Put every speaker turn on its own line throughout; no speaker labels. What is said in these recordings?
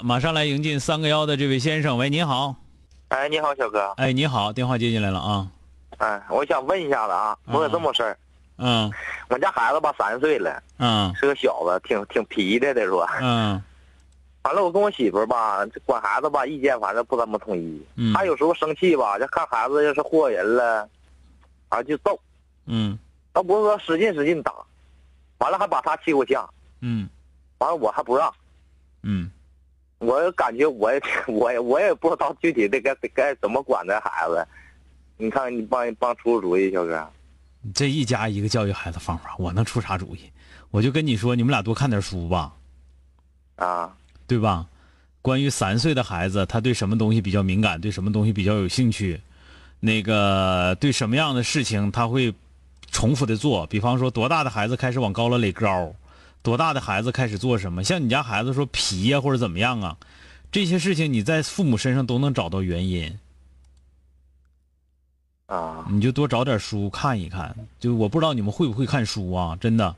马上来迎进三个幺的这位先生，喂，您好，
哎，你好，小哥。
哎，你好，电话接进来了啊，
哎，我想问一下子啊，我有这么事儿，
嗯
我家孩子吧三岁了，
嗯
是个小子，挺挺皮的，得说。
嗯
完了，我跟我媳妇儿吧，这管孩子吧，意见反正不怎么统一。
嗯
她有时候生气吧，就看孩子要是祸人了，啊就揍，
嗯
她不是说使劲使劲打，完了还把他欺负下，
嗯
完了我还不让，
嗯
我感觉我也 我也我也不知道具体的该该怎么管这孩子。你看，你帮帮出主意，小哥。
嗯，这一家一个教育孩子方法，我能出啥主意？我就跟你说，你们俩多看点书吧。
啊，
对吧？关于三岁的孩子，他对什么东西比较敏感，对什么东西比较有兴趣，那个对什么样的事情他会重复的做。比方说，多大的孩子开始往高了垒高，多大的孩子开始做什么？像你家孩子说皮呀、或者怎么样啊，这些事情你在父母身上都能找到原因。
啊，
你就多找点书看一看。就我不知道你们会不会看书啊，真的。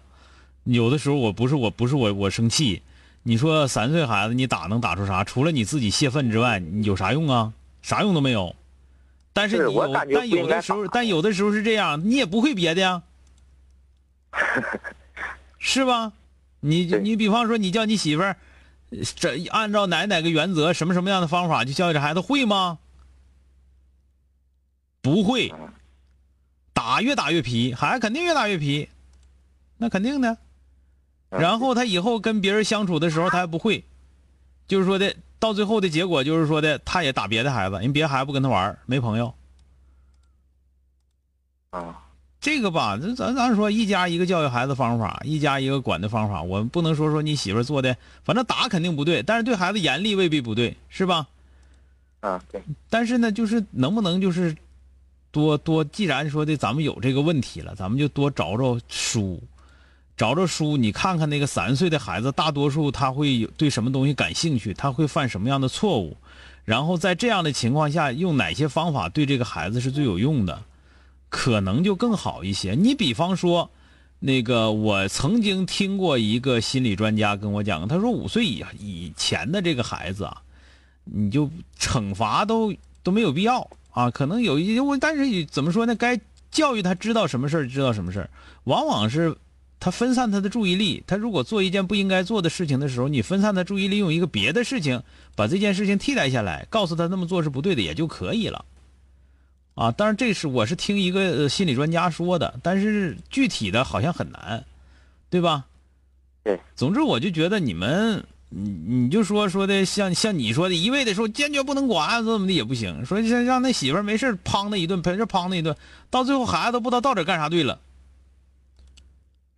有的时候我不是我不是我我生气，你说三岁孩子你打能打出啥？除了你自己泄愤之外，你有啥用啊？啥用都没有。但是
是
你
我
有
感觉
但
不
有
应该
的时候，
打
但有的时候是这样，你也不会别的 呀，是吧？你
对
你比方说，你叫你媳妇儿，这按照哪哪个原则，什么什么样的方法去教育这孩子，会吗？不会，
嗯
打越打越皮，孩子肯定越打越皮，那肯定的。
嗯
然后他以后跟别人相处的时候，他还不会，就是说的到最后的结果就是说的，他也打别的孩子，人别的孩子不跟他玩儿，没朋友。
啊。
这个吧，这咱咱说一家一个教育孩子方法，一家一个管的方法，我们不能说说你媳妇儿做的，反正打肯定不对，但是对孩子严厉未必不对，是吧？
啊，对，
但是呢，就是能不能就是多多，既然说的咱们有这个问题了，咱们就多找找书，找找书，你看看那个三岁的孩子，大多数他会有对什么东西感兴趣，他会犯什么样的错误，然后在这样的情况下，用哪些方法对这个孩子是最有用的，可能就更好一些。你比方说。那个，我曾经听过一个心理专家跟我讲，他说五岁以以前的这个孩子啊，你就惩罚都都没有必要啊。可能有一些我，但是也怎么说呢？该教育他知道什么事儿，知道什么事儿，往往是他分散他的注意力。他如果做一件不应该做的事情的时候，你分散他注意力，用一个别的事情把这件事情替代下来，告诉他那么做是不对的，也就可以了。啊，当然这是我是听一个呃心理专家说的，但是具体的好像很难，对吧？
对。
总之，我就觉得你们，你你就说说的像像你说的，一味的说坚决不能管，怎么的也不行。说像让那媳妇儿没事儿怦他一顿，陪着怦他一顿，到最后孩子都不知道到底干啥对了，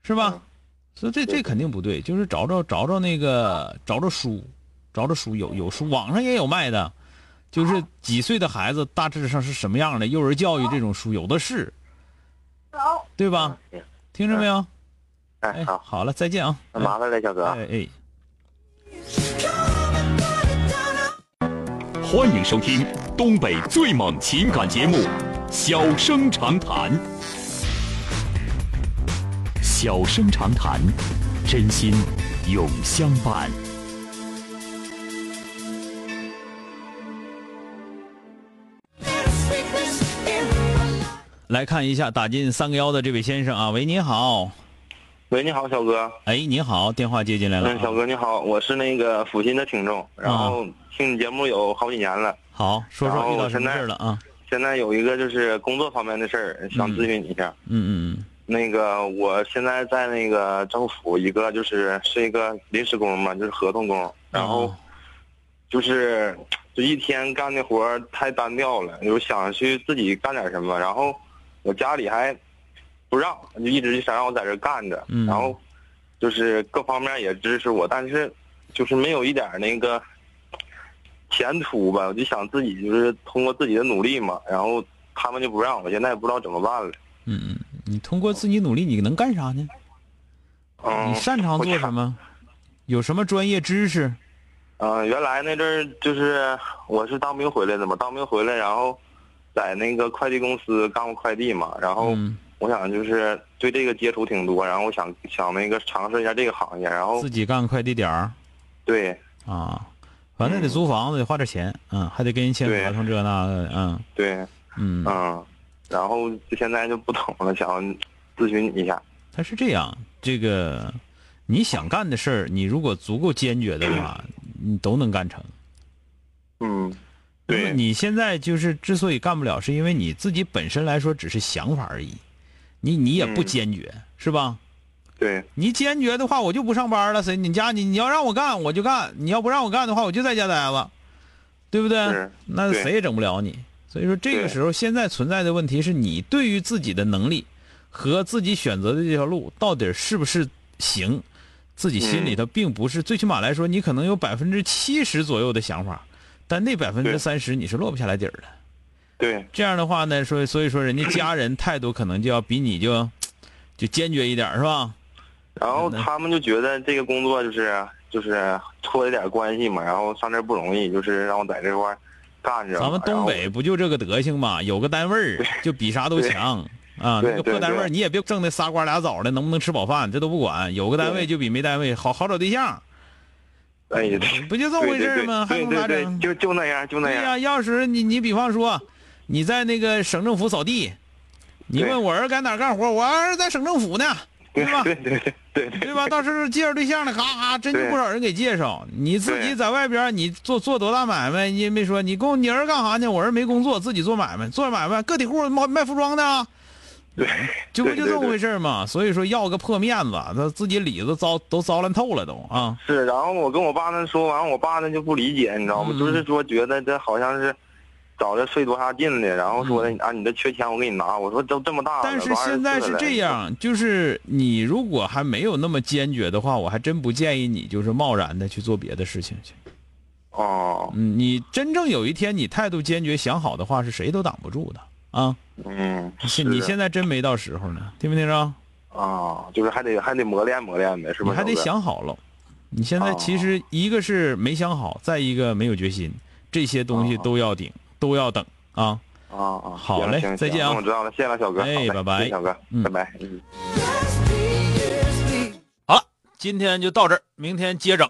是吧？
嗯
所以这
对
这肯定不对，就是找找找找那个找找书，找找书有有书，网上也有卖的，就是几岁的孩子大致上是什么样的幼儿教育这种书有的是，对吧？
嗯行，
听着没有？
哎，
哎，
好，
好了，再见啊！
那麻烦了，小哥。
哎哎。
欢迎收听东北最猛情感节目《小生长谈》。小生长谈，真心永相伴。
来看一下打进三个幺的这位先生啊，喂，你好，
喂，你好，小哥。
哎，你好，啊电话接进来了
嗯，小
啊。
哥你好，我是那个阜新的听众，然后听你节目有好几年了，
好，说
然
说
后
遇到
我
什
现
么
在
事儿了啊？
现在有一个就是工作方面的事儿，想咨询你一下。
嗯嗯
那个我现在在那个政府，一个就是是一个临时工嘛，就是合同工，然后
哦
就是就一天干的活儿太单调了，就想去自己干点什么，然后我家里还不让，就一直想让我在这儿干着，
嗯
然后就是各方面也支持我，但是就是没有一点儿那个前途吧，我就想自己就是通过自己的努力嘛，然后他们就不让我，现在也不知道怎么办了，
嗯嗯，你通过自己努力，你能干啥呢？
嗯
你。擅长
我
做
看
什么？有什么专业知识？
嗯、原来那阵儿就是我是当兵回来的嘛，当兵回来，然后在那个快递公司干过快递嘛，然后
嗯，
我想就是对这个接触挺多，然后我想想那个尝试一下这个行业，然后
自己干快递点儿
对
啊，反正得租房子，得花点钱，嗯，还得跟人签
对
合同这那的，嗯
对
嗯。
嗯，然后就现在就不懂了，想咨询你一下。
他是这样，这个你想干的事儿，你如果足够坚决的话，你都能干成。那
嗯，
么
对
你现在就是之所以干不了，是因为你自己本身来说只是想法而已，你你也不
嗯
坚决，是吧？
对
你坚决的话，我就不上班了。谁你家你你要让我干我就干，你要不让我干的话，我就在家待着，对不对
是？
那
对
谁也整不了你。所以说，这个
对
时候现在存在的问题是你对于自己的能力和自己选择的这条路到底是不是行，自己心里头并不是、最起码来说，你可能有百分之七十左右的想法，但那百分之
对
三十你是落不下来底儿的。
对
这样的话呢，说所以说人家家人态度可能就要比你就就坚决一点儿，是吧？
然后他们就觉得这个工作就是就是脱了点关系嘛，然后上这儿不容易，就是让我在这块儿干着嘛。
咱们
然
东
后
北不就这个德行嘛？有个单位儿就比啥都强啊！
对
那个破
对
单位儿
对
你也别挣的仨瓜俩枣的，能不能吃饱饭这都不管。有个单位
对
就比没单位好好找对象，
哎，对
不就这么回事儿吗？还
对
能
对
咋
对，
整？
就就那样，就那
对呀、
样。
要是你你比方说你在那个省政府扫地，你
对
问我儿子在哪儿干活，我儿子在省政府呢，对
对
吧？
对对对对 对
对吧？到时候介绍对象呢，咔咔，真就
对
不少人给介绍。你自己
对
在外边，你做做多大买卖，你也没说你跟我你儿干啥呢？我儿没工作，自己做买卖，做买卖个体户卖卖服装的啊，
对，
就不就这么回
事？
事儿嘛。所以说要个破面子，他自己里子糟都糟烂透了都啊。
是，然后我跟我爸那说完，我爸那就不理解，你知道吗？
嗯
就是说觉得这好像是找这睡多大劲的，然后说的、啊，你这缺钱我给你拿。我说都这么大了，
嗯但是
都24
现在是
了
这，样，就是你如果还没有那么坚决的话，我还真不建议你就是贸然的去做别的事情去。
哦，
嗯，你真正有一天你态度坚决、想好的话，是谁都挡不住的啊。
嗯，
是
是
你现在真没到时候呢，听没听着？
啊，就是还得还得磨练磨练呗，是
你
不是？
还得
小哥，哦
想好了。你现在其实一个是没想好，再一个没有决心，这些东西
哦
都要顶，都要等啊。
啊啊，
好
行
嘞
行
再
行
见啊
那我知道了，谢谢了，小哥，
哎
好嘞
拜拜
谢谢小哥，
嗯
拜拜，嗯。
好了，今天就到这儿，明天接整。